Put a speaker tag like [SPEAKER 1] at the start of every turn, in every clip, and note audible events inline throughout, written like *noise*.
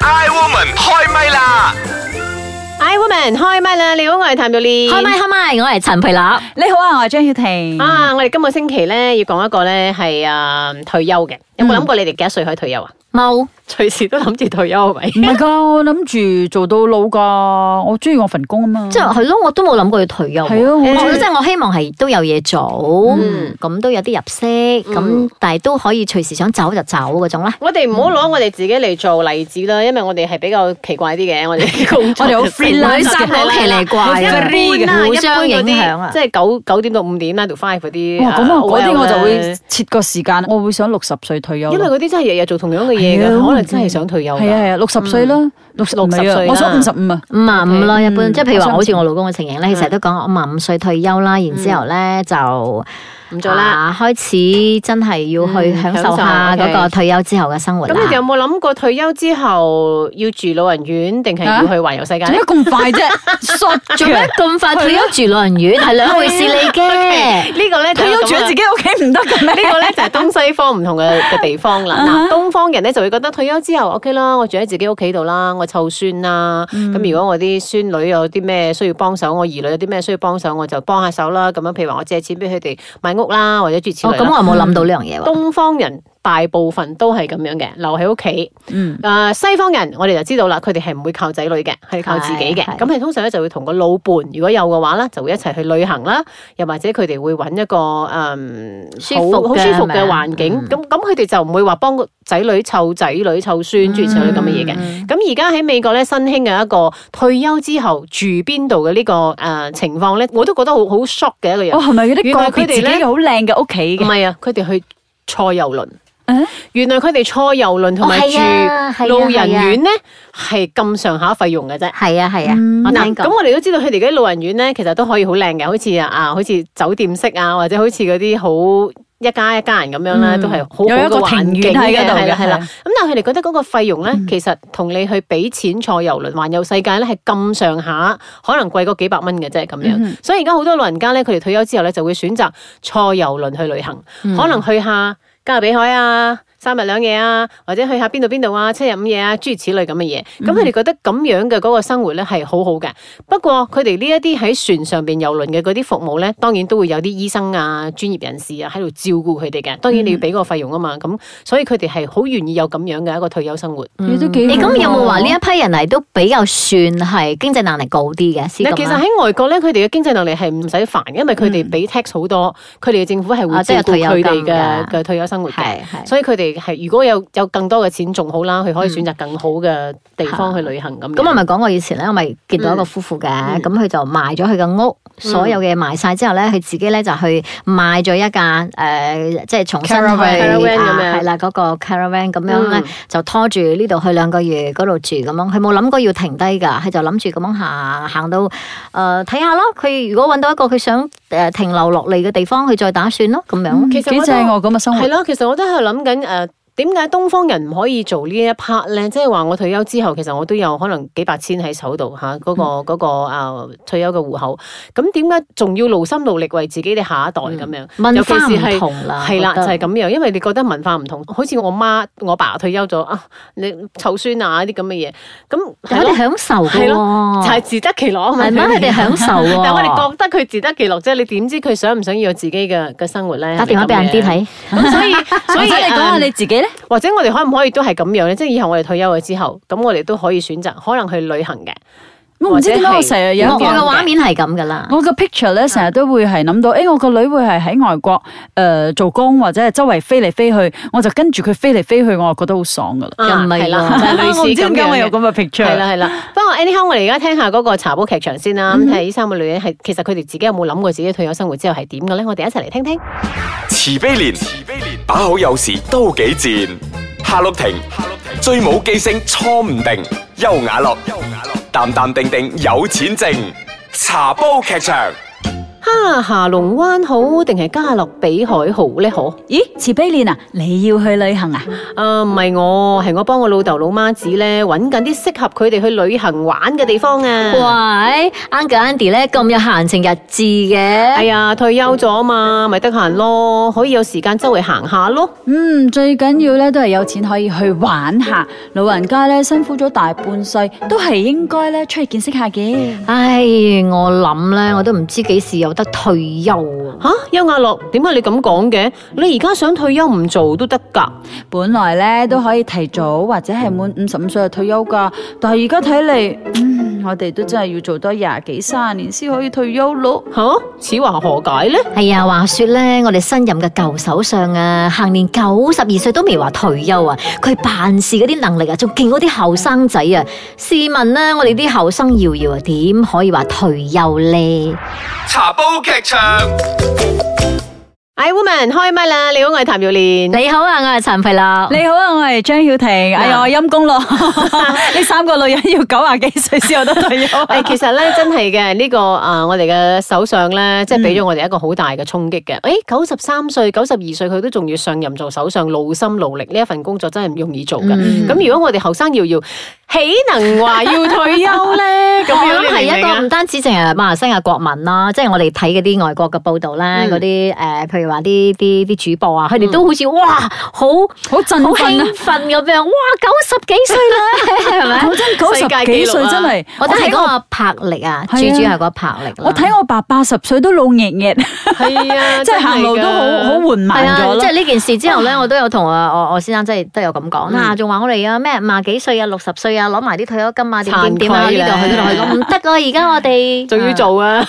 [SPEAKER 1] Iwoman 開唛啦！
[SPEAKER 2] I woman 開唛啦！你好，我係譚玉蓮。
[SPEAKER 3] 開咪開咪，我係陳培立。
[SPEAKER 4] 你好啊，我係張曉婷。
[SPEAKER 2] 啊！我哋今個星期咧要講一個咧係啊退休嘅，有冇諗過你哋幾多歲可以退休啊？ *laughs*
[SPEAKER 3] 冇，
[SPEAKER 2] 隨時都諗住退休係咪？
[SPEAKER 4] 唔係㗎，我諗住做到老㗎，我中意我份工啊嘛。
[SPEAKER 3] 即係係咯，我都冇諗過要退休。
[SPEAKER 4] 係啊我
[SPEAKER 3] 我
[SPEAKER 2] 覺得
[SPEAKER 3] 即係我希望係都有嘢做，
[SPEAKER 2] 嗯
[SPEAKER 3] 咁都有啲入息，
[SPEAKER 2] 嗯
[SPEAKER 3] 咁但係都可以隨時想走就走嗰種啦。
[SPEAKER 2] 我哋唔好攞我哋自己嚟做例子啦，因為我哋係比較奇怪啲嘅，我哋工作
[SPEAKER 4] *laughs* 我哋好
[SPEAKER 2] 嘅性格
[SPEAKER 4] freelance
[SPEAKER 3] 女生好奇嚟怪
[SPEAKER 2] 一
[SPEAKER 3] 啊，
[SPEAKER 2] 般啦，
[SPEAKER 3] 互
[SPEAKER 2] 一般
[SPEAKER 3] 相
[SPEAKER 2] 嗰
[SPEAKER 3] 影響
[SPEAKER 2] 啲
[SPEAKER 3] 啊
[SPEAKER 2] 即。係九九點到五點 nine to five 嗰啲。
[SPEAKER 4] 哇，咁
[SPEAKER 2] 啊
[SPEAKER 4] 啊，嗰啲我就
[SPEAKER 2] OL
[SPEAKER 4] 會
[SPEAKER 2] 呢
[SPEAKER 4] 設個時間，我會想六十歲退休咯。
[SPEAKER 2] 因為嗰啲真係日日做同樣嘅嘢
[SPEAKER 4] 係啊
[SPEAKER 2] 㗎，可能真係想退休㗎。
[SPEAKER 4] 係啊係啊，六十歲啦，六十
[SPEAKER 2] 60歲啦
[SPEAKER 4] 我想五十五啊。
[SPEAKER 3] 五啊五啦，一般
[SPEAKER 4] 嗯
[SPEAKER 3] 即係譬如話，
[SPEAKER 4] 我
[SPEAKER 3] 好
[SPEAKER 4] 相
[SPEAKER 3] 似
[SPEAKER 4] 信
[SPEAKER 3] 我老公嘅情形
[SPEAKER 2] 嗯
[SPEAKER 3] 咧，佢成日都講我五十五歲退休啦，然之後咧就
[SPEAKER 2] 唔做啦。
[SPEAKER 3] 啊，開始真係要去
[SPEAKER 2] 嗯
[SPEAKER 3] 享
[SPEAKER 2] 享
[SPEAKER 3] 受下
[SPEAKER 2] 受
[SPEAKER 3] 嗰個退休之後嘅生活
[SPEAKER 2] 咁
[SPEAKER 3] 啦
[SPEAKER 2] 你。哋有冇諗過退休之後要住老人院，定係要去環遊世界
[SPEAKER 4] 做
[SPEAKER 2] 咧
[SPEAKER 4] 咩？咁快
[SPEAKER 2] *laughs*
[SPEAKER 4] 啫？索
[SPEAKER 3] 做咩咁快退休住老人院係兩回事嚟
[SPEAKER 2] *laughs*
[SPEAKER 3] 嘅？
[SPEAKER 2] 呢個咧就
[SPEAKER 4] 退休住喺自己屋企唔得嘅咩？ *laughs*
[SPEAKER 2] 呢個咧就係東西方唔同嘅 *laughs* 嘅地方啦。嗱，東方人咧就會覺得退休之後 OK 啦，我住喺自己屋企度啦，我湊孫啦。咁如果我啲孫女有啲咩需要幫手，我兒女有啲咩需要幫手，我就幫下手啦。咁樣譬如話我借錢俾佢哋買屋啦，或者住此
[SPEAKER 3] 哦，
[SPEAKER 2] 類
[SPEAKER 3] 咁
[SPEAKER 2] 啦。
[SPEAKER 3] 我冇諗到呢樣嘢喎。
[SPEAKER 2] 東方人大部分都係咁樣嘅，留喺屋企。
[SPEAKER 4] 嗯，
[SPEAKER 2] 誒、啊西方人我哋就知道啦，佢哋係唔會靠仔女嘅，係靠自己嘅。
[SPEAKER 3] 係係
[SPEAKER 2] 咁係通常咧就會同個老伴，如果有嘅話咧，就會一齊去旅行啦，又或者佢哋會揾一個誒、嗯
[SPEAKER 3] 舒
[SPEAKER 2] 好
[SPEAKER 3] 服嘅
[SPEAKER 2] 好舒服嘅
[SPEAKER 3] 係咪啊
[SPEAKER 2] 環境。
[SPEAKER 3] 嗯
[SPEAKER 2] 咁咁佢哋就唔會話幫個仔女湊仔女湊孫諸如此類咁嘅嘢嘅。
[SPEAKER 3] 嗯
[SPEAKER 2] 咁而家喺美國咧新興嘅一個退休之後住邊度嘅呢個誒、呃情況咧，我都覺得好好 shock 嘅一個人
[SPEAKER 3] 哦
[SPEAKER 4] 我。係咪有啲
[SPEAKER 2] 原來
[SPEAKER 4] 個
[SPEAKER 2] 佢
[SPEAKER 4] 別
[SPEAKER 2] 哋
[SPEAKER 4] 自己
[SPEAKER 2] 咧
[SPEAKER 4] 好靚嘅屋企
[SPEAKER 2] 唔
[SPEAKER 4] 嘅？
[SPEAKER 2] 係啊，佢哋去坐遊輪。
[SPEAKER 4] 嗯
[SPEAKER 2] 原來佢哋坐遊輪同埋
[SPEAKER 3] 啊哦係啊
[SPEAKER 2] 住老人院咧，係咁上下費用嘅啫。
[SPEAKER 3] 係啊係啊，
[SPEAKER 4] 嗯
[SPEAKER 3] 我
[SPEAKER 2] 嗯嗱，
[SPEAKER 3] 聽
[SPEAKER 2] 咁
[SPEAKER 3] 過。
[SPEAKER 2] 我哋都知道佢哋嗰啲老人院咧，其實都可以好靚嘅，好似啊啊，好似酒店式啊，或者好似嗰啲好一家一家人咁樣啦，
[SPEAKER 4] 嗯
[SPEAKER 2] 都係好好
[SPEAKER 4] 有
[SPEAKER 2] 嘅
[SPEAKER 4] 一個
[SPEAKER 2] 環
[SPEAKER 4] 庭
[SPEAKER 2] 境
[SPEAKER 4] 院喺
[SPEAKER 2] 嘅，
[SPEAKER 4] 嗰度
[SPEAKER 2] 係
[SPEAKER 4] 嘅
[SPEAKER 2] 啦係啦
[SPEAKER 4] 係。
[SPEAKER 2] 咁但係佢哋覺得嗰個費用咧，其實同你去俾錢坐遊輪環遊世界咧，係咁上下，可能貴過幾百蚊嘅啫咁樣。
[SPEAKER 4] 嗯
[SPEAKER 2] 所以而家好多老人家咧，佢哋退休之後咧，就會選擇坐遊輪去旅行，可能去下加勒比海啊。三日兩夜啊，或者去下邊度邊度啊，七日五夜啊，諸如此類咁嘅嘢。咁佢哋覺得咁樣嘅嗰個生活咧係好好嘅。不過佢哋呢一啲喺船上邊遊輪嘅嗰啲服務咧，當然都會有啲醫生啊、專業人士啊喺度照顧佢哋嘅。當然你要俾個費用啊嘛，咁所以佢哋係好願意有咁樣嘅一個退休生活。
[SPEAKER 4] 你都幾
[SPEAKER 3] 你
[SPEAKER 4] 好
[SPEAKER 2] 啊
[SPEAKER 3] 咁有冇
[SPEAKER 4] 喎
[SPEAKER 3] 話呢一批人嚟都比較算係經濟能力高啲嘅？先
[SPEAKER 2] 嗱，其
[SPEAKER 3] 咁
[SPEAKER 2] 實
[SPEAKER 3] 啊嗯
[SPEAKER 2] 喺外國咧，佢哋嘅經濟能力係唔使煩，因為佢哋俾 tax 好多，佢哋嘅政府係會
[SPEAKER 3] 啊即
[SPEAKER 2] 照
[SPEAKER 3] 係有
[SPEAKER 2] 顧佢
[SPEAKER 3] 退休
[SPEAKER 2] 哋嘅
[SPEAKER 3] 金㗎
[SPEAKER 2] 嘅退休生活嘅。
[SPEAKER 3] 係係。
[SPEAKER 2] 所以佢哋係如果有有更多嘅錢仲好啦，佢可以選擇更好嘅地方去旅行咁樣。
[SPEAKER 3] 咁我咪講過以前咧，我咪見到一個夫婦嘅，
[SPEAKER 2] 嗯
[SPEAKER 3] 咁佢就賣咗佢嘅屋，所有嘅賣晒之後咧，佢自己咧就去買咗一架誒、呃即係重新去
[SPEAKER 4] Caravan
[SPEAKER 2] Caravan 咁樣
[SPEAKER 3] 啊係啦嗰個 caravan 咁樣咧，
[SPEAKER 2] 嗯
[SPEAKER 3] 就拖住呢度去兩個月，嗰度住咁樣，佢冇諗過要停低㗎，佢就諗住咁樣行行到誒睇、下咯，佢如果揾到一個佢想誒、呃停留落嚟嘅地方，佢再打算咯咁樣。
[SPEAKER 4] 嗯
[SPEAKER 2] 其實我
[SPEAKER 4] 幾
[SPEAKER 2] 都
[SPEAKER 4] 正我咁嘅生活
[SPEAKER 2] 係。咯，其實我都係諗緊誒。呃點解東方人唔可以做呢一 part 咧？即係話我退休之後，其實我都有可能幾百千喺手度嚇，嗰、
[SPEAKER 3] 嗯
[SPEAKER 2] 個嗰、個啊退休嘅户口。咁點解仲要勞心勞力為自己嘅下一代咁樣？
[SPEAKER 3] 文
[SPEAKER 2] 尤其
[SPEAKER 3] 化
[SPEAKER 2] 是係
[SPEAKER 3] 唔同啦，
[SPEAKER 2] 係啦，
[SPEAKER 3] 啊覺
[SPEAKER 2] 就
[SPEAKER 3] 得
[SPEAKER 2] 係咁樣，因為你覺得文化唔同，好似我媽我爸退休咗啊，你湊孫啊啲咁嘅嘢，咁係
[SPEAKER 3] 有
[SPEAKER 2] 咯
[SPEAKER 3] 哋，享受嘅
[SPEAKER 2] 係就係
[SPEAKER 3] 喎，
[SPEAKER 2] 自得其樂啊嘛。
[SPEAKER 3] 係咩？哦佢哋享受喎。
[SPEAKER 2] *laughs* 但係我哋覺得佢自得其樂啫，你點知佢想唔想要有自己嘅嘅生活咧？
[SPEAKER 3] 打電話俾人啲
[SPEAKER 2] 係咪咁嘅。咁
[SPEAKER 3] 睇。*laughs*
[SPEAKER 2] 所以所
[SPEAKER 4] *laughs* 或
[SPEAKER 2] 以嗯
[SPEAKER 4] 者你講下你自己咧？
[SPEAKER 2] 或者我哋可唔可以都係咁樣咧？即係以後我哋退休咗之後，咁我哋都可以選擇可能去旅行嘅。
[SPEAKER 4] 我唔知點解我成日有
[SPEAKER 3] 我
[SPEAKER 4] 一
[SPEAKER 3] 我
[SPEAKER 4] 個
[SPEAKER 3] 嘅畫面係咁噶啦，
[SPEAKER 4] 我個 picture 咧，成日都會係諗到，誒、我個女會係喺外國誒、呃做工，或者係周圍飛嚟飛去，我就跟住佢飛嚟飛去，我就覺得好爽噶啦。
[SPEAKER 3] 又唔係
[SPEAKER 2] 啊係啦，
[SPEAKER 3] 喎
[SPEAKER 2] 就
[SPEAKER 4] *laughs*
[SPEAKER 2] 係 *laughs* 類似
[SPEAKER 4] 啊我唔知
[SPEAKER 2] 咁
[SPEAKER 4] 點解我有
[SPEAKER 2] 樣嘅。
[SPEAKER 4] 咁嘅 picture。
[SPEAKER 2] 係啦係啦，不過 anyhow，我哋而家聽下嗰個茶煲劇場先啦。咁睇下呢三個女人係其實佢哋自己有冇諗過自己退休生活之後係點嘅咧？我哋一齊嚟聽聽。
[SPEAKER 1] 慈悲蓮，慈悲蓮，把好有時都幾賤。夏綠庭，夏綠庭，最冇記性錯唔定。優雅樂，優雅樂，淡淡定定有錢剩。茶煲劇場。
[SPEAKER 2] 啊，下龍灣好定係加勒比海好呢？可
[SPEAKER 4] 咦，慈悲蓮啊，你要去旅行啊？
[SPEAKER 2] 啊，唔係我，係我幫我老豆老媽子咧揾緊啲適合佢哋去旅行玩嘅地方啊！
[SPEAKER 3] 喂，Uncle Andy 咧咁有閒情逸致
[SPEAKER 2] 哎
[SPEAKER 3] 嘅，
[SPEAKER 2] 呀，退休咗啊嘛，咪得閒咯，可以有時間周圍行下咯。
[SPEAKER 4] *laughs* 嗯，最緊要咧都係有錢可以去玩下，老人家咧辛苦咗大半世，都係應該咧出去見識下嘅。
[SPEAKER 3] 唉，我諗咧，我都唔知幾時有得退休啊！
[SPEAKER 2] 吓、邱亞樂，點解你咁講嘅？你而家想退休唔做都得㗎。
[SPEAKER 4] 本來咧都可以提早或者係滿五十五歲就退休噶，但係而家睇嚟，嗯，我哋都真係要做多廿幾三十年先可以退休咯。
[SPEAKER 2] 吓、此話何解呢？
[SPEAKER 3] 哎呀，話說咧，我哋新任嘅舊首相啊，行年九十二歲都未話退休啊，佢辦事嗰啲能力啊，仲勁過啲後生仔啊！試問咧，我哋啲後生搖搖啊，點可以話退休咧？
[SPEAKER 1] 茶煲劇場，
[SPEAKER 2] 哎，woman 開咪啦！你好，我係譚耀蓮。
[SPEAKER 3] 你好啊，我係陳肥樂。
[SPEAKER 4] 你好啊，我係張曉婷。哎呀，我陰公 *laughs* 咯，呢三個女人要九啊幾歲先有得退休啊。
[SPEAKER 2] 誒，
[SPEAKER 4] *laughs*
[SPEAKER 2] 其實咧真係嘅呢個啊，我哋嘅首相咧，即係俾咗我哋一個好大嘅衝擊嘅。誒、九十三歲、九十二歲，佢都仲要上任做首相，勞心勞力呢一份工作真係唔容易做嘅。
[SPEAKER 3] 嗯
[SPEAKER 2] 咁、如果我哋後生搖搖，豈能話要退休咧？咁
[SPEAKER 3] 我
[SPEAKER 2] 樣你
[SPEAKER 3] 諗
[SPEAKER 2] 明
[SPEAKER 3] 係
[SPEAKER 2] 唔
[SPEAKER 3] 一
[SPEAKER 2] 明啊
[SPEAKER 3] 個唔單止淨係馬來西亞國民啦，即係我哋睇嗰啲外國嘅報道啦，
[SPEAKER 2] 嗯
[SPEAKER 3] 嗰啲誒，譬如話啲啲啲主播啊，佢哋都好似哇，好
[SPEAKER 4] 好振
[SPEAKER 3] 好
[SPEAKER 4] 奮啊
[SPEAKER 3] 興！奮咁樣，哇，九十幾歲啦，係咪
[SPEAKER 4] 講？真，九
[SPEAKER 2] 世界
[SPEAKER 4] 十
[SPEAKER 2] 紀
[SPEAKER 4] 幾
[SPEAKER 2] 錄
[SPEAKER 4] 歲
[SPEAKER 2] 啊
[SPEAKER 4] 真係，
[SPEAKER 3] 我覺得係
[SPEAKER 4] 睇
[SPEAKER 3] 嗰個魄力啊，
[SPEAKER 4] 係啊
[SPEAKER 3] 最主要係嗰個魄力啦。
[SPEAKER 4] 我睇我爸八十歲都老熱熱，
[SPEAKER 2] 係啊，
[SPEAKER 4] 即係行路都好好緩慢
[SPEAKER 3] 係
[SPEAKER 4] 咗
[SPEAKER 3] 啊，
[SPEAKER 4] 咯
[SPEAKER 3] 即係。呢件事之後咧，我都有同啊我我先生真係都有咁講
[SPEAKER 4] 嗯
[SPEAKER 3] 啊，仲話我哋啊咩五啊幾歲啊六十歲啊攞埋啲退休金啊點
[SPEAKER 2] 慚
[SPEAKER 3] 點點啊呢
[SPEAKER 2] 愧
[SPEAKER 3] 度去嗰度去咁
[SPEAKER 2] 咧
[SPEAKER 3] 唔得啊！而家我哋
[SPEAKER 2] 仲要做啊！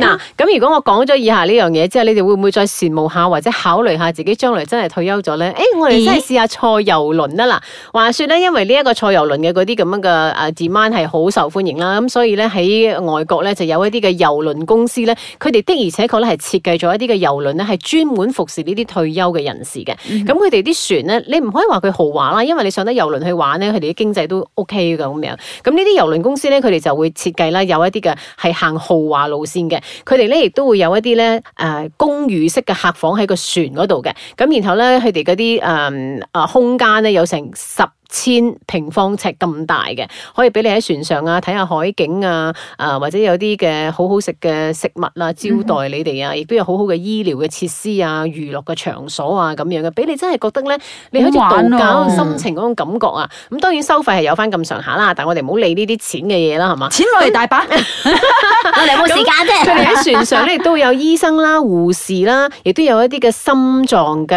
[SPEAKER 2] *laughs* 嗱，咁如果我講咗以下呢樣嘢之後，你哋會唔會再羨慕下或者考慮下自己將來真係退休咗咧？誒、我哋真係試下坐遊輪啦！嗱，話說咧，因為呢一個坐遊輪嘅嗰啲咁樣嘅誒 demand 係好受歡迎啦，咁所以咧喺外國咧就有一啲嘅遊輪公司咧，佢哋的而且確咧係設計咗一啲嘅遊輪咧係專門服侍呢啲退休嘅人士嘅。咁佢哋啲船咧，你唔可以話佢豪華啦，因為你上得遊輪去玩咧，佢哋啲經濟都 OK 㗎咁樣。咁呢啲遊輪公司咧，佢哋就會設計啦，有一啲嘅係行豪華路線嘅，佢哋咧亦都會有一啲咧誒公寓式嘅客房喺個船嗰度嘅，咁然後咧佢哋嗰啲誒啊空間咧有成十。千平方尺咁大嘅，可以俾你喺船上啊睇下海景啊，啊或者有啲嘅好好食嘅食物啊招待
[SPEAKER 4] 嗯
[SPEAKER 2] 你哋啊，亦都有好好嘅醫療嘅設施啊、娛樂嘅場所啊咁樣嘅，俾你真係覺得咧，你好似
[SPEAKER 4] 好玩
[SPEAKER 2] 度假
[SPEAKER 4] 啊
[SPEAKER 2] 嘅心情嗰種感覺啊！咁當然收費係有翻咁上下啦，但我哋唔好理呢啲錢嘅嘢啦，係嘛？
[SPEAKER 4] 錢我哋大把，
[SPEAKER 3] 我哋冇時間啫。
[SPEAKER 2] 佢哋喺船上咧，亦都有醫生啦、護士啦，亦都有一啲嘅心臟嘅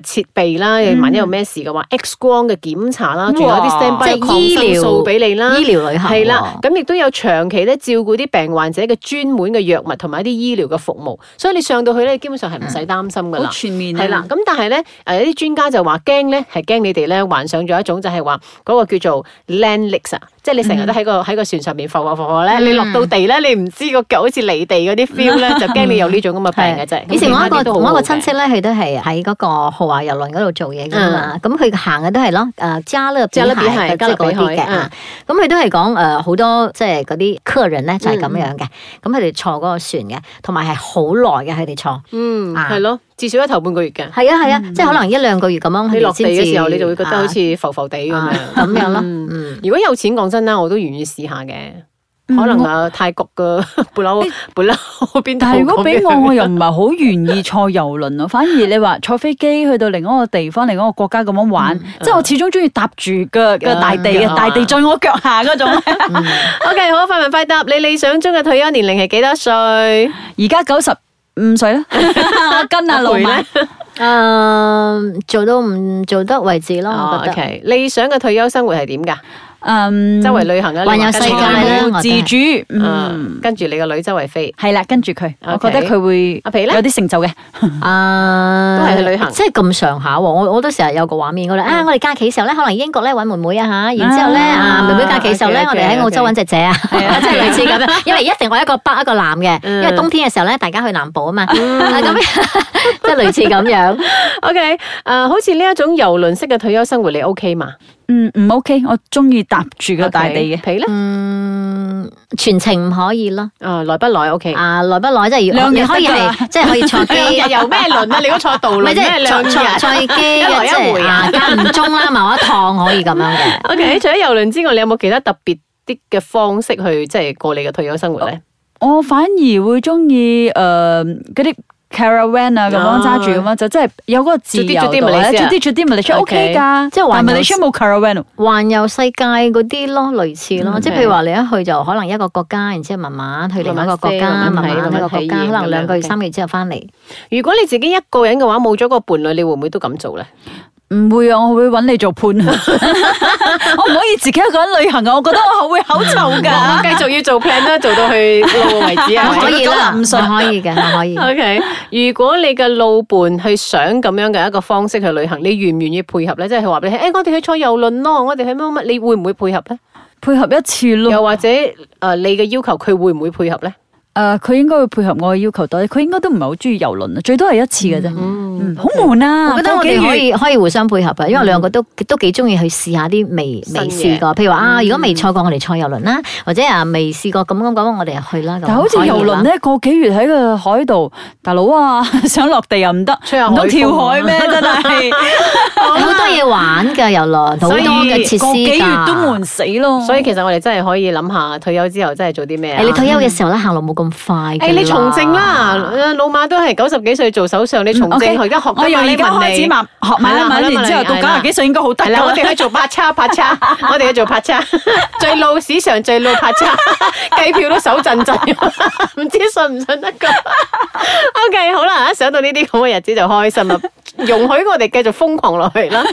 [SPEAKER 2] 誒設備啦。萬一有咩事嘅話，X 光嘅檢查啦，仲有啲
[SPEAKER 4] 哇
[SPEAKER 2] standby
[SPEAKER 3] 嗯即
[SPEAKER 2] 嘅
[SPEAKER 3] 係
[SPEAKER 2] 抗
[SPEAKER 3] 醫
[SPEAKER 2] 生
[SPEAKER 3] 療
[SPEAKER 2] 素俾你啦。
[SPEAKER 3] 醫療旅行
[SPEAKER 2] 係啦，
[SPEAKER 3] 喎
[SPEAKER 2] 咁亦都有長期咧照顧啲病患者嘅專門嘅藥物同埋一啲醫療嘅服務，所以你上到去咧，基本上係唔使擔心㗎
[SPEAKER 4] 好
[SPEAKER 2] 啦。
[SPEAKER 4] 全面啊
[SPEAKER 2] 係
[SPEAKER 3] 嗯
[SPEAKER 2] 啦，咁但係咧，誒有啲專家就話驚咧，係驚你哋咧幻想咗一種就係話嗰個叫做 land legs 啊，即係你成日
[SPEAKER 3] 嗯
[SPEAKER 2] 都喺個喺個船上面浮浮浮浮咧，你落到地咧，你唔知個腳好似離地嗰啲 feel 咧，就驚你有呢種咁嘅病嘅啫。咁
[SPEAKER 3] 嗯以前我一
[SPEAKER 2] 其他啲
[SPEAKER 3] 個
[SPEAKER 2] 都好
[SPEAKER 3] 我一
[SPEAKER 2] 好
[SPEAKER 3] 個
[SPEAKER 2] 嘅
[SPEAKER 3] 親戚咧，佢都係呃喺嗰個豪華遊輪嗰度做嘢噶嘛，咁佢行嘅都係咯，誒加勒
[SPEAKER 2] 嗯
[SPEAKER 3] 比
[SPEAKER 2] 加勒比
[SPEAKER 3] 海
[SPEAKER 2] 海
[SPEAKER 3] 即係嗰啲嘅
[SPEAKER 2] 加勒比海嗯
[SPEAKER 3] 啊，咁佢都係講誒好多即係嗰啲客人咧就係咁樣嘅，
[SPEAKER 2] 嗯
[SPEAKER 3] 咁佢哋坐嗰個船嘅，同埋係好耐嘅佢哋坐，
[SPEAKER 2] 嗯，
[SPEAKER 3] 啊
[SPEAKER 2] 係咯，至少一頭半個月嘅，
[SPEAKER 3] 係啊係啊，
[SPEAKER 2] 嗯
[SPEAKER 3] 即係可能一兩個月咁樣，
[SPEAKER 2] 你
[SPEAKER 3] 佢
[SPEAKER 2] 落
[SPEAKER 3] 哋
[SPEAKER 2] 地
[SPEAKER 3] 先至
[SPEAKER 2] 嘅時候你就會覺得好
[SPEAKER 3] 啊
[SPEAKER 2] 似浮浮地咁
[SPEAKER 3] 啊
[SPEAKER 2] 樣。
[SPEAKER 3] 咁樣咯，
[SPEAKER 2] 嗯
[SPEAKER 3] 嗯。
[SPEAKER 2] 如果有錢，講真啦，我都願意試下嘅。可能啊，泰國嘅 *laughs* 布拉布拉邊度
[SPEAKER 4] *laughs* 但係如果俾我，
[SPEAKER 2] 咁樣
[SPEAKER 4] 我又唔係好願意坐遊輪啊。 *laughs* 反而你話坐飛機去到另一個地方、另一個國家咁樣玩，即係我始終中意踏住個個大地嘅，
[SPEAKER 2] 嗯
[SPEAKER 4] 大地在我腳下嗰種。
[SPEAKER 2] *laughs* OK，好，快問快答，你理想中嘅退休年齡係幾多歲？
[SPEAKER 4] 而家九十五
[SPEAKER 2] *laughs*
[SPEAKER 4] 歲啦，我跟阿老
[SPEAKER 2] 阿培
[SPEAKER 4] 馬
[SPEAKER 2] 呢
[SPEAKER 3] 誒嗯做到唔做得為止咯，我覺得
[SPEAKER 2] o k 哦理想嘅退休生活係點㗎？
[SPEAKER 4] 嗯，
[SPEAKER 2] 周圍旅行啊，
[SPEAKER 3] 環
[SPEAKER 2] 你話
[SPEAKER 3] 遊
[SPEAKER 2] 跟
[SPEAKER 3] 世
[SPEAKER 2] 住
[SPEAKER 3] 界啦
[SPEAKER 2] 你
[SPEAKER 3] 我
[SPEAKER 4] 財務自主，嗯。
[SPEAKER 2] 嗯，跟住你個女周圍飛。
[SPEAKER 4] 係啦，跟住佢，我
[SPEAKER 2] OK
[SPEAKER 4] 覺得佢會
[SPEAKER 2] 阿皮呢
[SPEAKER 4] 有啲成就嘅。
[SPEAKER 3] 啊，
[SPEAKER 2] 都係去旅行嗯
[SPEAKER 3] 即係咁上下喎。我我都成日有個畫面，我哋啊，我哋假期嘅時候咧，可能英國咧揾妹妹啊嚇，然之後咧啊，妹妹假期嘅時候咧，我
[SPEAKER 2] OK，OK，
[SPEAKER 3] 哋喺澳洲揾姐姐啊， *laughs* 即
[SPEAKER 4] 啊
[SPEAKER 3] 係類似咁樣。因為一定我一個北一個南嘅，因
[SPEAKER 2] 嗯
[SPEAKER 3] 為冬天嘅時候咧，大家去南部啊嘛，啊咁即係類似咁樣。 *laughs*
[SPEAKER 2] 啊 OK，誒、好似呢一種遊輪式嘅退休生活，你 OK 嘛？
[SPEAKER 4] 嗯，唔 OK，我中意搭住個大地嘅。
[SPEAKER 2] 皮咧，
[SPEAKER 3] 嗯，全程唔可以咯。
[SPEAKER 2] 啊來不來 O K。
[SPEAKER 3] 嗯啊，耐不耐即係要
[SPEAKER 4] 兩日
[SPEAKER 3] 你可以
[SPEAKER 4] 得㗎啦
[SPEAKER 3] 係即係可以坐
[SPEAKER 2] *laughs*
[SPEAKER 3] 機。
[SPEAKER 2] 兩日又咩輪啊？你嗰坐渡
[SPEAKER 3] *laughs* 唔
[SPEAKER 2] 輪
[SPEAKER 3] 係即
[SPEAKER 2] 咩
[SPEAKER 3] 係
[SPEAKER 2] 兩
[SPEAKER 3] 坐坐
[SPEAKER 2] 日
[SPEAKER 3] 坐機
[SPEAKER 2] 一來
[SPEAKER 3] 嘅，
[SPEAKER 2] 一
[SPEAKER 3] 即
[SPEAKER 2] 回
[SPEAKER 3] 係
[SPEAKER 2] 啊
[SPEAKER 3] 啊間唔中啦，某一趟可以咁樣嘅。
[SPEAKER 2] ？O K，除咗遊輪之外，你有冇其他特別啲嘅方式去即係過你嘅退休生活
[SPEAKER 3] 哦
[SPEAKER 2] 咧？
[SPEAKER 4] 我反而會中意誒嗰啲 caravan 啊咁
[SPEAKER 2] 啊
[SPEAKER 4] 樣揸住咁樣，就真係有嗰個自由
[SPEAKER 2] 做啲
[SPEAKER 4] 度
[SPEAKER 2] 做啲
[SPEAKER 4] 咧，
[SPEAKER 2] Malaysia
[SPEAKER 4] 做啲做啲
[SPEAKER 2] OK
[SPEAKER 4] Malaysia OK 㗎，
[SPEAKER 3] 即係環
[SPEAKER 4] 但
[SPEAKER 3] 遊
[SPEAKER 4] Malaysia 冇 caravan 喎
[SPEAKER 3] 環遊世界嗰啲咯，類似咯，
[SPEAKER 2] 嗯
[SPEAKER 3] 即係譬如話你一去就可能一個國家，然之後慢慢去另外一個國家，
[SPEAKER 2] 慢慢
[SPEAKER 3] 慢
[SPEAKER 2] 飛
[SPEAKER 3] 慢一個國
[SPEAKER 2] 慢慢體
[SPEAKER 3] 家，
[SPEAKER 2] 驗
[SPEAKER 3] 可能兩個
[SPEAKER 2] 咁
[SPEAKER 3] 月、
[SPEAKER 2] 樣
[SPEAKER 3] 三個月之後翻嚟。
[SPEAKER 2] 如果你自己一個人嘅話，冇咗個伴侶，你會唔會都咁做咧？
[SPEAKER 4] 唔會啊，我會揾你做
[SPEAKER 3] *laughs*
[SPEAKER 4] 伴， *laughs* 我唔可以自己一個人旅行啊，我覺得我會口臭
[SPEAKER 2] *laughs* 我
[SPEAKER 3] *laughs*
[SPEAKER 4] 㗎。
[SPEAKER 2] 繼續要做 plan 啦，做到去老為止
[SPEAKER 4] *laughs*
[SPEAKER 2] 啊！
[SPEAKER 3] 唔可以啦，
[SPEAKER 4] 做到
[SPEAKER 3] 唔
[SPEAKER 4] 95歲
[SPEAKER 3] 可以嘅，唔
[SPEAKER 2] *laughs*
[SPEAKER 3] 可以。
[SPEAKER 2] O K，如果你嘅路伴去想咁樣嘅一個方式去旅行，你願唔願意配合咧？即係佢話俾你聽，誒，我哋去坐遊輪咯，我哋去乜乜，你會唔會配合咧？
[SPEAKER 4] 配合一次咯，
[SPEAKER 2] 又或者誒、呃你嘅要求佢會唔會配合咧？
[SPEAKER 4] 誒呃佢應該會配合我嘅要求多啲，佢應該都唔係好中意遊輪啊，最多係一次嘅啫，嗯好悶啊！
[SPEAKER 3] 我覺得我哋
[SPEAKER 4] 個幾
[SPEAKER 3] 可
[SPEAKER 4] 月
[SPEAKER 3] 以可以互相配合啊，因為兩個都都幾中意去試下啲未
[SPEAKER 2] 新嘢
[SPEAKER 3] 未試過，譬如話啊，如果未坐過我哋坐遊輪啦，或者啊未試過咁咁咁，我哋就去啦。咁
[SPEAKER 4] 但好似
[SPEAKER 3] 可以
[SPEAKER 4] 遊輪
[SPEAKER 3] 啦，
[SPEAKER 4] 咧，個幾月喺個海度，大佬啊， *laughs* 想落地又唔得，
[SPEAKER 2] 吹下海
[SPEAKER 4] 唔通
[SPEAKER 2] 風
[SPEAKER 4] 跳
[SPEAKER 2] 啊
[SPEAKER 4] 海咩？真
[SPEAKER 2] *laughs*
[SPEAKER 4] 係
[SPEAKER 3] 好多嘢玩㗎遊輪，好多
[SPEAKER 2] 所以
[SPEAKER 3] 嘅設施
[SPEAKER 4] 哎個幾月
[SPEAKER 3] 㗎
[SPEAKER 4] 都悶死咯。
[SPEAKER 2] 所以其實我哋真係可以諗下退休之後真係做啲咩啊
[SPEAKER 3] 誒，你退休嘅時候咧，行路冇咁快㗎啦。
[SPEAKER 2] 誒你從政啦，老馬都係九十幾歲做首相，你從政，
[SPEAKER 4] OK，
[SPEAKER 2] 佢而家學緊
[SPEAKER 4] 我由
[SPEAKER 2] 馬
[SPEAKER 4] 而
[SPEAKER 2] 來
[SPEAKER 4] 家
[SPEAKER 2] 文
[SPEAKER 4] 開
[SPEAKER 2] 理
[SPEAKER 4] 始慢學
[SPEAKER 2] 係
[SPEAKER 4] 馬
[SPEAKER 2] 啦
[SPEAKER 4] 拉
[SPEAKER 2] 馬拉
[SPEAKER 4] 文，然之後
[SPEAKER 2] 文
[SPEAKER 4] 到
[SPEAKER 2] 係啦
[SPEAKER 4] 九十幾歲應該好得
[SPEAKER 2] 係啦，我
[SPEAKER 4] 啦。
[SPEAKER 2] 哋去做拍
[SPEAKER 4] *laughs*
[SPEAKER 2] 叉拍叉，我哋去做拍叉，最老史上最老拍
[SPEAKER 4] *laughs*
[SPEAKER 2] 叉，計票都手震震，唔知信唔信得
[SPEAKER 4] *laughs*
[SPEAKER 2] 過。OK，好啦，一想到呢啲咁嘅日子就開心啦，容許我哋繼續瘋狂落去啦。